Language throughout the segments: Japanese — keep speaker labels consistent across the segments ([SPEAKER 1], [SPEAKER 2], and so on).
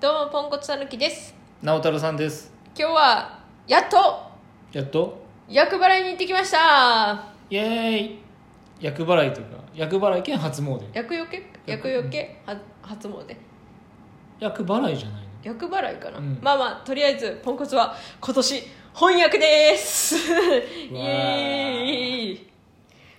[SPEAKER 1] どうもポンコツたぬきです
[SPEAKER 2] 直太朗さんです
[SPEAKER 1] 今日はやっと
[SPEAKER 2] やっと
[SPEAKER 1] 厄払いに行ってきました
[SPEAKER 2] イエーイ厄払いというか厄払い兼初詣
[SPEAKER 1] 厄よけ厄よけは初詣
[SPEAKER 2] 厄払いじゃないの
[SPEAKER 1] 厄払いかな、
[SPEAKER 2] うん
[SPEAKER 1] まあまあとりあえずポンコツは今年翻訳ですイ
[SPEAKER 2] わ
[SPEAKER 1] エーイ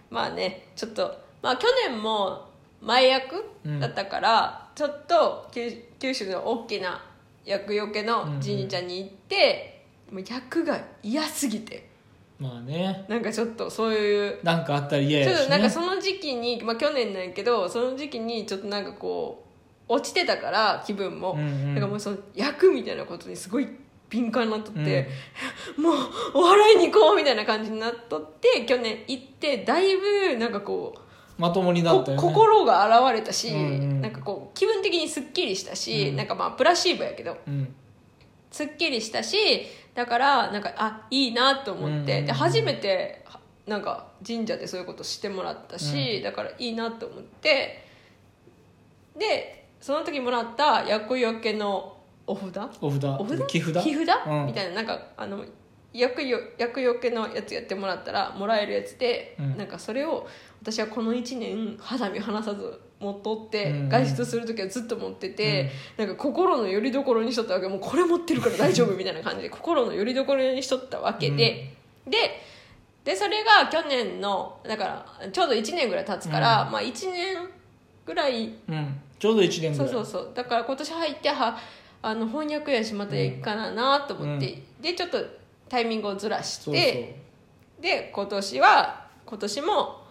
[SPEAKER 1] まあねちょっとまあ去年も前役
[SPEAKER 2] うん
[SPEAKER 1] だったから、ちょっと九九州の大きな厄よけの神社に行って、もう役が嫌すぎて
[SPEAKER 2] まあね
[SPEAKER 1] なんかちょっとそういう
[SPEAKER 2] なんかあったら嫌
[SPEAKER 1] ちょ
[SPEAKER 2] や
[SPEAKER 1] っ
[SPEAKER 2] し、ね、
[SPEAKER 1] となんかその時期に、まあ、去年なんやけどその時期にちょっとなんかこう落ちてたから気分も、
[SPEAKER 2] うんうん
[SPEAKER 1] なんかもうその役みたいなことにすごい敏感になっとって、もうお笑いに行こうみたいな感じになっとって去年行ってだいぶなんかこう。
[SPEAKER 2] まともにな
[SPEAKER 1] こ
[SPEAKER 2] ったよね
[SPEAKER 1] 心が現れたし、
[SPEAKER 2] うんうん
[SPEAKER 1] なんかこう気分的にすっきりしたし、
[SPEAKER 2] うん
[SPEAKER 1] なんかまあプラシーボやけど
[SPEAKER 2] うん
[SPEAKER 1] すっきりしたしだからなんかあいいなと思って、
[SPEAKER 2] うん
[SPEAKER 1] で初めてはなんか神社でそういうことしてもらったし、
[SPEAKER 2] う
[SPEAKER 1] だからいいなと思ってでその時もらった厄よけのお札
[SPEAKER 2] お札
[SPEAKER 1] お札
[SPEAKER 2] 寄付だうん
[SPEAKER 1] みたいななんかあの厄よ厄よけのやつやってもらったらもらえるやつで、
[SPEAKER 2] うん
[SPEAKER 1] なんかそれを私はこの1年肌身離さず持っとって、
[SPEAKER 2] うん
[SPEAKER 1] 外出する時はずっと持ってて、なんか心の拠り所にしとったわけもうこれ持ってるから大丈夫みたいな感じで心の拠り所にしとったわけで、ででそれが去年のだからちょうど1年ぐらい経つから、
[SPEAKER 2] う
[SPEAKER 1] まあ1年ぐらい
[SPEAKER 2] うんちょうど1年ぐ
[SPEAKER 1] そ
[SPEAKER 2] ら
[SPEAKER 1] う
[SPEAKER 2] い
[SPEAKER 1] そうそうだから今年入ってはあの翻訳やしまた行くかななと思って、でちょっとタイミングをずらして
[SPEAKER 2] そうそう
[SPEAKER 1] で今年は今年も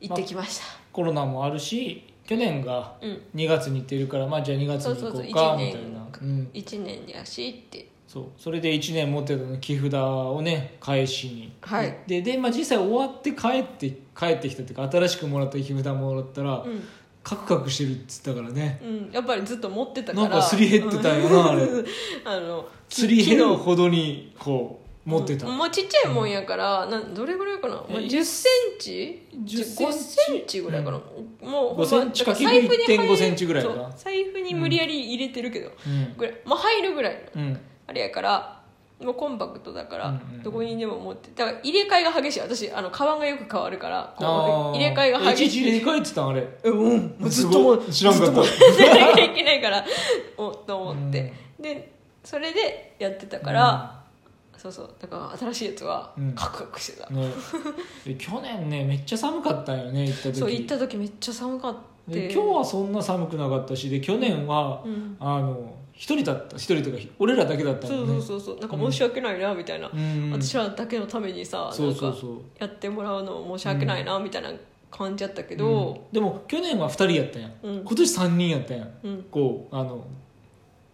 [SPEAKER 1] 行ってきました、
[SPEAKER 2] コロナもあるし去年が
[SPEAKER 1] うん
[SPEAKER 2] 2月に行ってるからまあじゃあ2月に行こうかみたいなうん
[SPEAKER 1] 1年やしって
[SPEAKER 2] そうそれで1年持ってたの寄付札をね返しに、
[SPEAKER 1] はい
[SPEAKER 2] でで、まあ、実際終わって帰って帰ってきたっていうか新しくもらった寄付札もらったら、
[SPEAKER 1] うん、
[SPEAKER 2] カクカクしてるっつったからね
[SPEAKER 1] うん、やっぱりずっと持ってたから
[SPEAKER 2] なんかすり減ってたよなあれ
[SPEAKER 1] うんあの
[SPEAKER 2] すり減るほどにこう持ってた、
[SPEAKER 1] もうちっちゃいもんやから、なんどれぐらいかな、まあ、
[SPEAKER 2] え
[SPEAKER 1] 1 0センチ
[SPEAKER 2] 10
[SPEAKER 1] 5センチぐらいかな、もう
[SPEAKER 2] 5センチ
[SPEAKER 1] ほんま
[SPEAKER 2] かける
[SPEAKER 1] 財布に入る
[SPEAKER 2] 1.5センチぐらいかな
[SPEAKER 1] そう財布に無理やり入れてるけど、
[SPEAKER 2] うん
[SPEAKER 1] ぐらいまあ入るぐらいの
[SPEAKER 2] うん
[SPEAKER 1] あれやからもうコンパクトだから、
[SPEAKER 2] うんうんうん
[SPEAKER 1] どこにでも持ってだから入れ替えが激しい私あのカバンがよく変わるからこ
[SPEAKER 2] あ
[SPEAKER 1] う
[SPEAKER 2] ー
[SPEAKER 1] 入れ替えが激
[SPEAKER 2] えいち
[SPEAKER 1] し
[SPEAKER 2] い
[SPEAKER 1] い
[SPEAKER 2] ち入れ替えてたんあれ
[SPEAKER 1] うんもうずっと
[SPEAKER 2] すごい
[SPEAKER 1] もう
[SPEAKER 2] 知らんかった
[SPEAKER 1] ずっと持ってなき ゃいけないからおと思って、でそれでやってたから、そうそうだから新しいやつは
[SPEAKER 2] うん
[SPEAKER 1] カクカクしてた、
[SPEAKER 2] ね、で去年ねめっちゃ寒かったんよね行った時
[SPEAKER 1] そう行った時めっちゃ寒かった
[SPEAKER 2] で今日はそんな寒くなかったしで去年は、
[SPEAKER 1] うん
[SPEAKER 2] あの一人だった一人というか俺らだけだったもん
[SPEAKER 1] そう
[SPEAKER 2] ね
[SPEAKER 1] そうそうそうなんか申し訳ないなみたいな、
[SPEAKER 2] うん
[SPEAKER 1] 私らだけのためにさ
[SPEAKER 2] そうそ
[SPEAKER 1] な
[SPEAKER 2] う
[SPEAKER 1] んか
[SPEAKER 2] そう
[SPEAKER 1] やってもらうの申し訳ないなみたいな感じやったけど、
[SPEAKER 2] うんでも去年は2人やったやん、
[SPEAKER 1] うん
[SPEAKER 2] 今年3人やったやん
[SPEAKER 1] うん
[SPEAKER 2] こうあの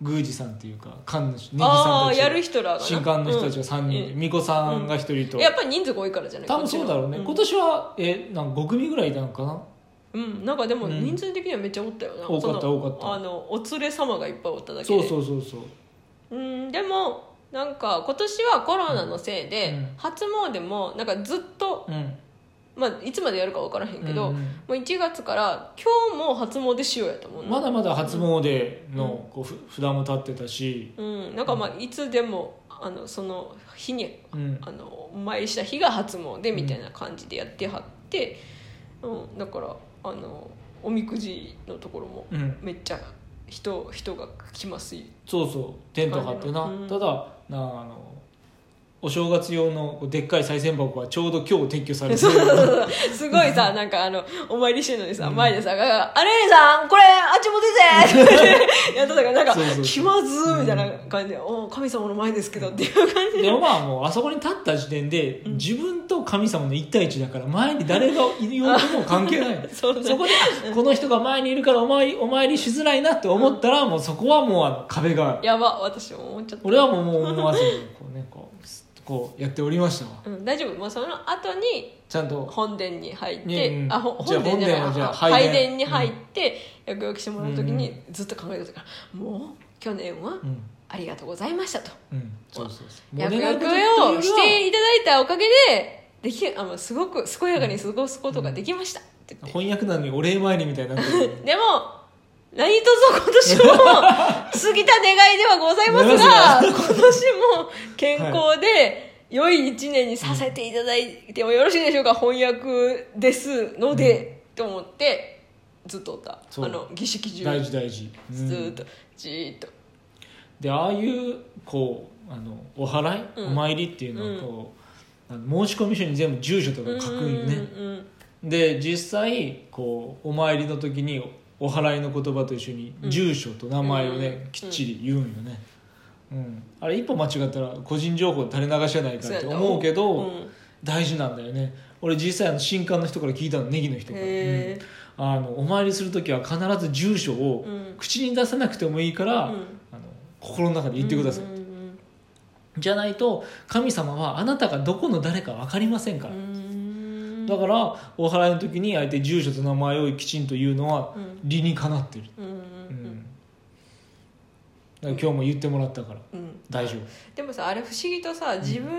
[SPEAKER 2] 宮司さんっていうか神主ネギさん
[SPEAKER 1] ああ
[SPEAKER 2] た
[SPEAKER 1] ー
[SPEAKER 2] ち
[SPEAKER 1] やる人らがな
[SPEAKER 2] 神官の人たちが3人で、
[SPEAKER 1] うん
[SPEAKER 2] 巫女さんが1人と、
[SPEAKER 1] やっぱり人数が多いからじゃない
[SPEAKER 2] 多分そうだろうね、今年はえなんか5組ぐらいいたのかな
[SPEAKER 1] うん、うんなんかでも
[SPEAKER 2] うん
[SPEAKER 1] 人数的にはめっちゃおったよな、
[SPEAKER 2] 多かった
[SPEAKER 1] その
[SPEAKER 2] 多かった
[SPEAKER 1] あのお連れ様がいっぱいおっただけで
[SPEAKER 2] そうそうそうそう
[SPEAKER 1] うんでもなんか今年はコロナのせいで、
[SPEAKER 2] うん
[SPEAKER 1] 初詣もなんかずっと、
[SPEAKER 2] うん
[SPEAKER 1] まあ、いつまでやるか分からへんけど、
[SPEAKER 2] うんうん
[SPEAKER 1] もう1月から今日も初詣しようやと思うな
[SPEAKER 2] まだまだ初詣のこうふ札も立ってたし、
[SPEAKER 1] うん、なんかまあいつでもあのその日に
[SPEAKER 2] うん
[SPEAKER 1] あのお参りした日が初詣みたいな感じでやってはって、うんだからあのおみくじのところも
[SPEAKER 2] うん、
[SPEAKER 1] めっちゃ人人が来ますし
[SPEAKER 2] そうそうテント張ってな、
[SPEAKER 1] うん
[SPEAKER 2] ただなあのお正月用のこうでっかい賽銭箱はちょうど今日撤去されてる
[SPEAKER 1] すごい さなんかあのお参りしてるのにさ、前でさ「あれれさんこれあっち持ってて」 やってたからなんか
[SPEAKER 2] そうそうそう
[SPEAKER 1] 気まずー」みたいな感じで「お神様の前ですけど」っていう感じ
[SPEAKER 2] でもまあもうあそこに立った時点で自分と神様の一対一だから前に誰がいるようとも関係ない
[SPEAKER 1] そうね
[SPEAKER 2] こであこの人が前にいるからお参りお参りしづらいなって思ったらもうそこはもうあの壁がある
[SPEAKER 1] やば私も思っちゃった
[SPEAKER 2] 俺はもうもう思わずにこうねこうすっとこうやっておりましたわ
[SPEAKER 1] うん、大丈夫もうその後に
[SPEAKER 2] ちゃんと
[SPEAKER 1] 本殿に入って、
[SPEAKER 2] ねうん
[SPEAKER 1] あほ
[SPEAKER 2] じゃ
[SPEAKER 1] 本
[SPEAKER 2] あ
[SPEAKER 1] 殿じゃない
[SPEAKER 2] 本殿じゃあ
[SPEAKER 1] あ
[SPEAKER 2] 拝
[SPEAKER 1] 拝
[SPEAKER 2] 殿
[SPEAKER 1] 殿に入って厄よけしてもらう時
[SPEAKER 2] う
[SPEAKER 1] にずっと考えてたから、もう去年は
[SPEAKER 2] うん
[SPEAKER 1] ありがとうございましたと
[SPEAKER 2] うんそうそうそう
[SPEAKER 1] 厄
[SPEAKER 2] もう願
[SPEAKER 1] よ
[SPEAKER 2] い事
[SPEAKER 1] け
[SPEAKER 2] というより
[SPEAKER 1] を
[SPEAKER 2] は
[SPEAKER 1] していただいたおかげでできあのすごく健やかに過ごすことができましたって言って、
[SPEAKER 2] 翻訳なのにお礼参りみたいになってる
[SPEAKER 1] でも何とぞ今年も過ぎた願いではございますが今年も健康で良い一年にさせていただいてもよろしいでしょうか翻訳ですので、と思ってずっとおった
[SPEAKER 2] そう
[SPEAKER 1] あの儀式中
[SPEAKER 2] 大事大事、うん
[SPEAKER 1] ずーっとじーっと
[SPEAKER 2] でああいうこうあのお祓い、
[SPEAKER 1] うん
[SPEAKER 2] お参りっていうのはこう、あの申込書に全部住所とか書くんよね、
[SPEAKER 1] うんうんうん
[SPEAKER 2] で実際こうお参りの時にお祓いの言葉と一緒に
[SPEAKER 1] うん
[SPEAKER 2] 住所と名前をね、
[SPEAKER 1] うん
[SPEAKER 2] きっちり言うんよね、うん、あれ一歩間違ったら個人情報垂れ流しじゃないか
[SPEAKER 1] そう
[SPEAKER 2] っ
[SPEAKER 1] や
[SPEAKER 2] て
[SPEAKER 1] と
[SPEAKER 2] 思うけど、
[SPEAKER 1] うん
[SPEAKER 2] 大事なんだよね俺実際あの新刊の人から聞いたのネギの人から、
[SPEAKER 1] へー
[SPEAKER 2] うんあのお参りする時は必ず住所を
[SPEAKER 1] うん
[SPEAKER 2] 口に出さなくてもいいから、
[SPEAKER 1] うん
[SPEAKER 2] あの心の中で言ってください、
[SPEAKER 1] うんうん
[SPEAKER 2] じゃないと神様はあなたがどこの誰か分かりませんから
[SPEAKER 1] う、ん
[SPEAKER 2] だからお祓いの時に相手住所と名前をきちんと言うのは
[SPEAKER 1] うん
[SPEAKER 2] 理にかなってる、
[SPEAKER 1] うんうん
[SPEAKER 2] う
[SPEAKER 1] うん
[SPEAKER 2] ん、だから今日も言ってもらったから
[SPEAKER 1] うん
[SPEAKER 2] 大丈
[SPEAKER 1] でもさあれ不思議とさ自分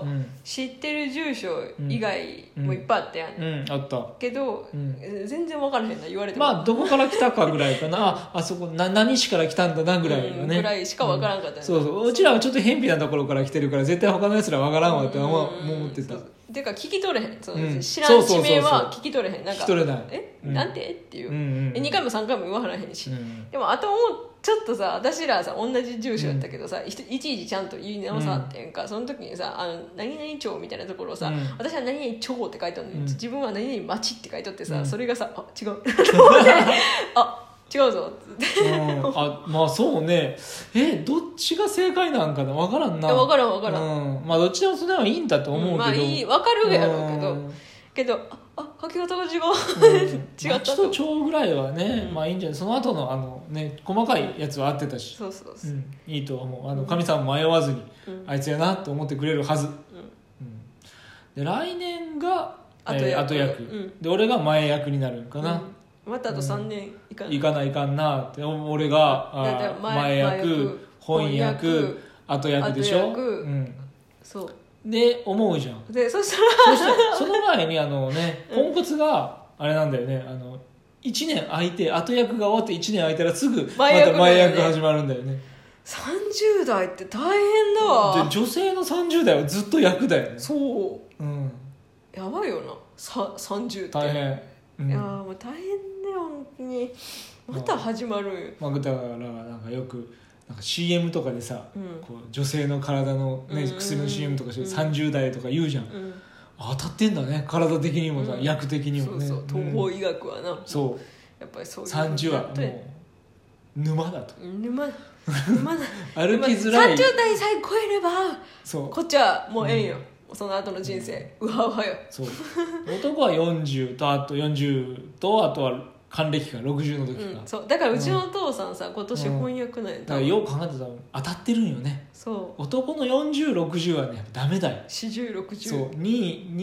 [SPEAKER 1] の
[SPEAKER 2] うん
[SPEAKER 1] 知ってる住所以外もいっぱいあったやん、
[SPEAKER 2] うん、あった
[SPEAKER 1] けど、
[SPEAKER 2] うん
[SPEAKER 1] 全然分からへんな言われても
[SPEAKER 2] まあどこから来たかぐらいかなああそこな何市から来たんだなぐらい
[SPEAKER 1] うん
[SPEAKER 2] ね、
[SPEAKER 1] ぐらいしか分からんかったよね
[SPEAKER 2] そうそううちらはちょっと偏僻なところから来てるから絶対他のやつら分からんわって思う
[SPEAKER 1] うん
[SPEAKER 2] 思ってた
[SPEAKER 1] そうてか聞き取れへんその
[SPEAKER 2] うん
[SPEAKER 1] 知らん地名
[SPEAKER 2] そうそうそうそう
[SPEAKER 1] は聞き取れへんなん
[SPEAKER 2] 聞
[SPEAKER 1] か
[SPEAKER 2] き取れない
[SPEAKER 1] え、
[SPEAKER 2] うん
[SPEAKER 1] なんてっていう、
[SPEAKER 2] うんうん
[SPEAKER 1] え2回も3回も言わはらへんし、
[SPEAKER 2] うん
[SPEAKER 1] でもあともうちょっとさ私らさ同じ住所やったけどさ、いちいちいちちゃんと言い直さっていうか、その時にさ「あの何々町」みたいなところをさ、
[SPEAKER 2] うん
[SPEAKER 1] 私は「何々町」って書いてあるのに、
[SPEAKER 2] うん
[SPEAKER 1] 自分は「何々町」って書いてあってさ、
[SPEAKER 2] うん
[SPEAKER 1] それがさ「あ違う」と思って「あ違うぞ」っつって
[SPEAKER 2] うんあまあそうねえどっちが正解なんかな分からん
[SPEAKER 1] い
[SPEAKER 2] な
[SPEAKER 1] や分からん分からん、
[SPEAKER 2] うん、まあどっちでもそれはいいんだと思うけど、
[SPEAKER 1] まあいい分かるやろうけど、
[SPEAKER 2] うん
[SPEAKER 1] けどああ書き方が違う、 違ったと
[SPEAKER 2] 町と
[SPEAKER 1] 思う
[SPEAKER 2] 町ぐらいはね、
[SPEAKER 1] うん
[SPEAKER 2] まあいいんじゃないその後のあのね細かいやつは合ってたし、
[SPEAKER 1] そうそう
[SPEAKER 2] う
[SPEAKER 1] そう、
[SPEAKER 2] ん、いいと思うあの神様も迷わずに、
[SPEAKER 1] うん
[SPEAKER 2] あいつやなと思ってくれるはず、うんで来年がえー後
[SPEAKER 1] 後
[SPEAKER 2] 役
[SPEAKER 1] 役うん
[SPEAKER 2] で俺が前役になるんかな、
[SPEAKER 1] うんまたあと3年いかない、
[SPEAKER 2] 行かないかんなってお俺があ
[SPEAKER 1] だから前
[SPEAKER 2] 前役
[SPEAKER 1] 前役
[SPEAKER 2] 翻訳
[SPEAKER 1] 翻訳
[SPEAKER 2] 後役でしょ、
[SPEAKER 1] 後役
[SPEAKER 2] うん、
[SPEAKER 1] そ
[SPEAKER 2] で思うじ ゃん
[SPEAKER 1] うでそした
[SPEAKER 2] そしてその前にあのねポンコツがあれなんだよねあの1年空いて後役が終わって1年空いたらすぐま
[SPEAKER 1] 前役だ
[SPEAKER 2] た
[SPEAKER 1] よ
[SPEAKER 2] 前
[SPEAKER 1] ね
[SPEAKER 2] 役始まるんだよね
[SPEAKER 1] ら30代って大変だわ
[SPEAKER 2] で女性の30代はずっと役だよね、
[SPEAKER 1] そう
[SPEAKER 2] うん、
[SPEAKER 1] やばいよなさ30って
[SPEAKER 2] 大変、う
[SPEAKER 1] いや
[SPEAKER 2] ん
[SPEAKER 1] ーもう大変だよ本当にまた始まるよ
[SPEAKER 2] まあ、だからなんかよくなんか CM とかでさ、
[SPEAKER 1] うん
[SPEAKER 2] こう女性の体の、ね、
[SPEAKER 1] うん
[SPEAKER 2] 薬の CM とかして
[SPEAKER 1] うん
[SPEAKER 2] 30代とか言うじゃん
[SPEAKER 1] うん
[SPEAKER 2] あ当たってんだね体的にもさ、
[SPEAKER 1] うん
[SPEAKER 2] 役的に
[SPEAKER 1] そ
[SPEAKER 2] も
[SPEAKER 1] う
[SPEAKER 2] ね
[SPEAKER 1] そう東
[SPEAKER 2] う
[SPEAKER 1] 方
[SPEAKER 2] ん
[SPEAKER 1] 医学はな
[SPEAKER 2] そう
[SPEAKER 1] やっぱりそういう
[SPEAKER 2] 30はも
[SPEAKER 1] 本
[SPEAKER 2] う沼だと
[SPEAKER 1] 当に沼だ沼だ
[SPEAKER 2] 歩きづらい
[SPEAKER 1] 30代さえ超えれば
[SPEAKER 2] そう
[SPEAKER 1] こっちはもうええんよ、その後の人生うわうわよ
[SPEAKER 2] そう男は40とあと40とあとは還暦か60の時か、
[SPEAKER 1] うん、
[SPEAKER 2] だ
[SPEAKER 1] そうだからうちのお父さんさ、今年翻訳なんや
[SPEAKER 2] からよう考えてたら当たってるんよね
[SPEAKER 1] そ
[SPEAKER 2] 男の4060はねやっぱダメだよ
[SPEAKER 1] う四十六十
[SPEAKER 2] そう2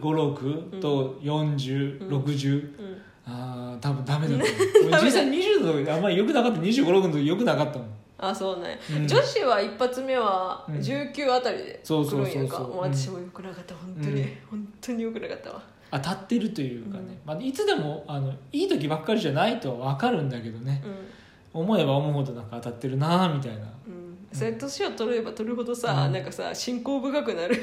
[SPEAKER 2] 5 6と4060、60
[SPEAKER 1] うん、
[SPEAKER 2] あー多分ダメだと 思う俺実際20の時あんまり良くなかった256の時良くなかったもん
[SPEAKER 1] あそうなんや、
[SPEAKER 2] うん
[SPEAKER 1] 女子は一発目は
[SPEAKER 2] うん
[SPEAKER 1] 19あたりで来
[SPEAKER 2] そうそう
[SPEAKER 1] るん
[SPEAKER 2] そう
[SPEAKER 1] や
[SPEAKER 2] そ
[SPEAKER 1] か、も
[SPEAKER 2] う
[SPEAKER 1] う私もよくなかった本当に、
[SPEAKER 2] うん
[SPEAKER 1] 本当によくなかったわ
[SPEAKER 2] 当たってるというかね、まあ、いつでもあのいい時ばっかりじゃないとは分かるんだけどね
[SPEAKER 1] う
[SPEAKER 2] 思えば思うほどなんか当たってるなーみた いな
[SPEAKER 1] ん、うん、それ年を取れば取るほどさ、
[SPEAKER 2] うん
[SPEAKER 1] なんかさ信仰深くなる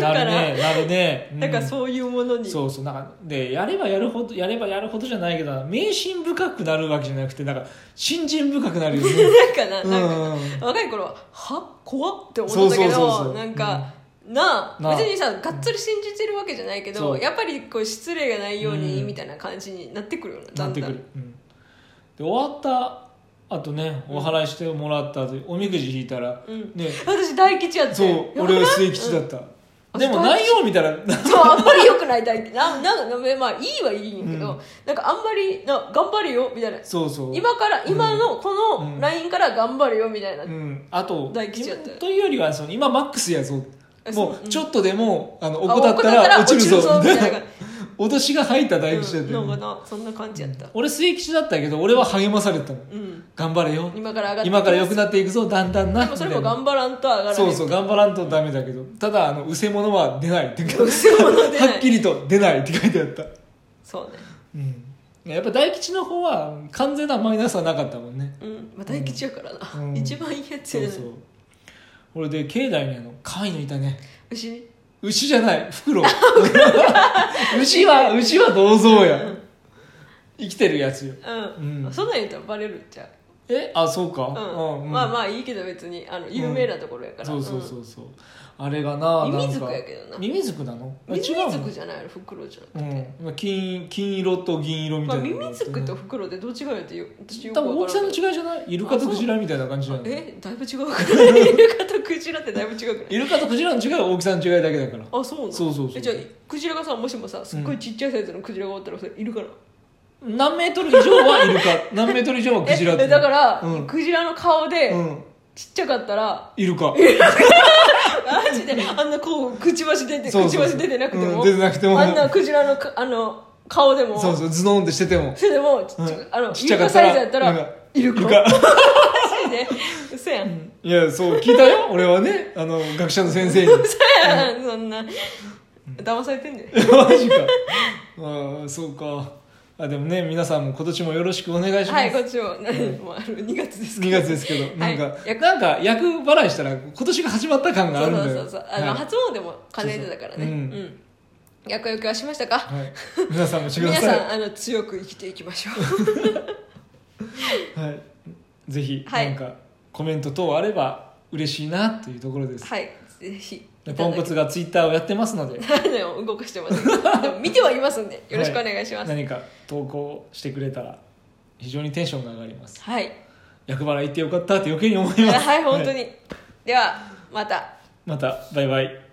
[SPEAKER 2] なるねなるね、う
[SPEAKER 1] なんかそういうものに、
[SPEAKER 2] そうそうなんかでやればやるほどやればやるほどじゃないけど迷信深くなるわけじゃなくてなんか信心深くなるよね
[SPEAKER 1] なん かななんか、
[SPEAKER 2] うん
[SPEAKER 1] 若い頃はは怖って思ったけど
[SPEAKER 2] そうそうそうそう
[SPEAKER 1] なんか、なあ
[SPEAKER 2] なあ
[SPEAKER 1] 別にさがっつり信じてるわけじゃないけ
[SPEAKER 2] そ
[SPEAKER 1] ど
[SPEAKER 2] う
[SPEAKER 1] やっぱりこう失礼がないように
[SPEAKER 2] うん
[SPEAKER 1] みたいな感じになってくるよな、だ
[SPEAKER 2] なっ
[SPEAKER 1] んだ
[SPEAKER 2] て
[SPEAKER 1] ん
[SPEAKER 2] くる、うん、で終わったあとねお祓いしてもらった後おみくじ引いたら、
[SPEAKER 1] うん
[SPEAKER 2] ね
[SPEAKER 1] 私大吉 やって
[SPEAKER 2] そう俺は末吉だった、
[SPEAKER 1] うん
[SPEAKER 2] でも内容見たら
[SPEAKER 1] そうあんまり良くない大吉ななんかまあいいはいいんやけど、なんかあんまりな頑張るよみたいな
[SPEAKER 2] そうそう
[SPEAKER 1] 今から今のこ
[SPEAKER 2] う
[SPEAKER 1] の
[SPEAKER 2] ん
[SPEAKER 1] ラインから頑張るよみたいな、
[SPEAKER 2] うん、あと
[SPEAKER 1] 大吉やったよ
[SPEAKER 2] というよりはその今マックスやぞ
[SPEAKER 1] えそう
[SPEAKER 2] も
[SPEAKER 1] う
[SPEAKER 2] うんちょっとでも、あの
[SPEAKER 1] あ
[SPEAKER 2] 怠ったら落ちるぞ
[SPEAKER 1] 落ちるぞ
[SPEAKER 2] み
[SPEAKER 1] み
[SPEAKER 2] た
[SPEAKER 1] た
[SPEAKER 2] い
[SPEAKER 1] いな
[SPEAKER 2] な脅しが入った大吉だったよ
[SPEAKER 1] うん
[SPEAKER 2] ね、
[SPEAKER 1] なんかなそんな感じやった、
[SPEAKER 2] 俺末吉だったけど俺は励まされたの
[SPEAKER 1] うん、
[SPEAKER 2] 頑張れよ
[SPEAKER 1] 今から上がって
[SPEAKER 2] 今から良くなっていくぞだんだんな
[SPEAKER 1] でもそれも
[SPEAKER 2] みたいな
[SPEAKER 1] 頑張らんと上がらない
[SPEAKER 2] そうそう頑張らんとダメだけどただあのうせ 者は出ないって書いてあった
[SPEAKER 1] せ者出ない
[SPEAKER 2] はっきりと出ないって書いてあった
[SPEAKER 1] そうね
[SPEAKER 2] うんやっぱ大吉の方は完全なマイナスはなかったもんね
[SPEAKER 1] うんまあ、大吉やからな、
[SPEAKER 2] うん
[SPEAKER 1] 一番いいやつ
[SPEAKER 2] そ
[SPEAKER 1] や
[SPEAKER 2] う
[SPEAKER 1] な
[SPEAKER 2] そう俺で境内にあの貝のいたね
[SPEAKER 1] 牛ね
[SPEAKER 2] 牛じゃ ない袋牛は牛は銅像
[SPEAKER 1] う
[SPEAKER 2] や
[SPEAKER 1] ん
[SPEAKER 2] 生きてるやつよ
[SPEAKER 1] うん、
[SPEAKER 2] うん
[SPEAKER 1] そんなん言うたらバレるんちゃ
[SPEAKER 2] えあそうか、
[SPEAKER 1] う、うん
[SPEAKER 2] うん
[SPEAKER 1] まあまあいいけど別にあの有名なところやから、
[SPEAKER 2] そうそうそううそうあれがな
[SPEAKER 1] ミミ
[SPEAKER 2] なん
[SPEAKER 1] ズク
[SPEAKER 2] か
[SPEAKER 1] やけどな
[SPEAKER 2] ミミズクなのあ
[SPEAKER 1] ミミ
[SPEAKER 2] 違う
[SPEAKER 1] ズ
[SPEAKER 2] の
[SPEAKER 1] クじゃないの袋じゃなくて、
[SPEAKER 2] うんまあ金金色と銀色み
[SPEAKER 1] ま
[SPEAKER 2] た
[SPEAKER 1] あ、
[SPEAKER 2] いな
[SPEAKER 1] ミ
[SPEAKER 2] のがあ
[SPEAKER 1] ミ
[SPEAKER 2] って
[SPEAKER 1] ズ
[SPEAKER 2] ね
[SPEAKER 1] クと袋でどう違うよってよ私よく
[SPEAKER 2] 多分
[SPEAKER 1] わ
[SPEAKER 2] 大
[SPEAKER 1] から
[SPEAKER 2] きさ
[SPEAKER 1] ん
[SPEAKER 2] の
[SPEAKER 1] けど
[SPEAKER 2] 違いじゃないイルカとクジラみたいな感じなの
[SPEAKER 1] えだいぶ違う くらいイルカとクジラってだいぶ違うくらい
[SPEAKER 2] イルカとクジラの違いは大きさの違いだけだから
[SPEAKER 1] あそうなの
[SPEAKER 2] そうそうそう
[SPEAKER 1] えじゃあクジラがさもしもさすっごいちっちゃいサイズのクジラがおったらそれいるから
[SPEAKER 2] 何メートル以上はイ ルカ何メートル以上はクジラっ
[SPEAKER 1] え
[SPEAKER 2] て
[SPEAKER 1] えだから、
[SPEAKER 2] うん
[SPEAKER 1] クジラの顔で、
[SPEAKER 2] うん
[SPEAKER 1] ちっちゃかったら
[SPEAKER 2] イルカ
[SPEAKER 1] マジであんなこうくちばし出て
[SPEAKER 2] そう
[SPEAKER 1] く
[SPEAKER 2] そ
[SPEAKER 1] ち
[SPEAKER 2] うそう
[SPEAKER 1] ばし出てなくても,、
[SPEAKER 2] うん出てなくても
[SPEAKER 1] あんなクジラのかあの顔でも
[SPEAKER 2] そうそうズドンってしてても
[SPEAKER 1] それでもちっちゃ,、
[SPEAKER 2] うん
[SPEAKER 1] あの
[SPEAKER 2] ちっちゃ
[SPEAKER 1] イル
[SPEAKER 2] か
[SPEAKER 1] カ
[SPEAKER 2] っ
[SPEAKER 1] サ
[SPEAKER 2] た
[SPEAKER 1] イズ
[SPEAKER 2] ら
[SPEAKER 1] やったら
[SPEAKER 2] なんか
[SPEAKER 1] イルカ
[SPEAKER 2] イルカ
[SPEAKER 1] マジで嘘やん、
[SPEAKER 2] いやそう聞いたよ俺はねあの学者の 先生に
[SPEAKER 1] 嘘やんそんな騙されてんね
[SPEAKER 2] マジかああそうかあでもね皆さんも今年もよろしくお願いします、
[SPEAKER 1] はいこっちも何もうあの2月です
[SPEAKER 2] 2月ですけど、なんか、
[SPEAKER 1] はい役
[SPEAKER 2] なんか役払いしたら今年が始まった感があ
[SPEAKER 1] そ
[SPEAKER 2] る
[SPEAKER 1] うん
[SPEAKER 2] だ
[SPEAKER 1] そう
[SPEAKER 2] よ
[SPEAKER 1] そうそうあの、
[SPEAKER 2] はい
[SPEAKER 1] 初詣も兼ねてたからね
[SPEAKER 2] そうそううん
[SPEAKER 1] うん厄除けはしましたか、
[SPEAKER 2] はい、皆さんもしてくだ
[SPEAKER 1] 皆
[SPEAKER 2] さい
[SPEAKER 1] さんあの強く生きていきましょう
[SPEAKER 2] はい、ぜひ、
[SPEAKER 1] はい
[SPEAKER 2] なんかコメント等あれば嬉しいなというところです、
[SPEAKER 1] はいぜひ
[SPEAKER 2] でポンコツがツイッターをやってますので
[SPEAKER 1] 何を動かしてます でも見てはいますんでよろしくお願いしますはい、
[SPEAKER 2] 何か投稿してくれたら非常にテンションが上がります役払い行ってよかったって余計に思います
[SPEAKER 1] はい、本当に、
[SPEAKER 2] は
[SPEAKER 1] ではまた
[SPEAKER 2] またバイバイ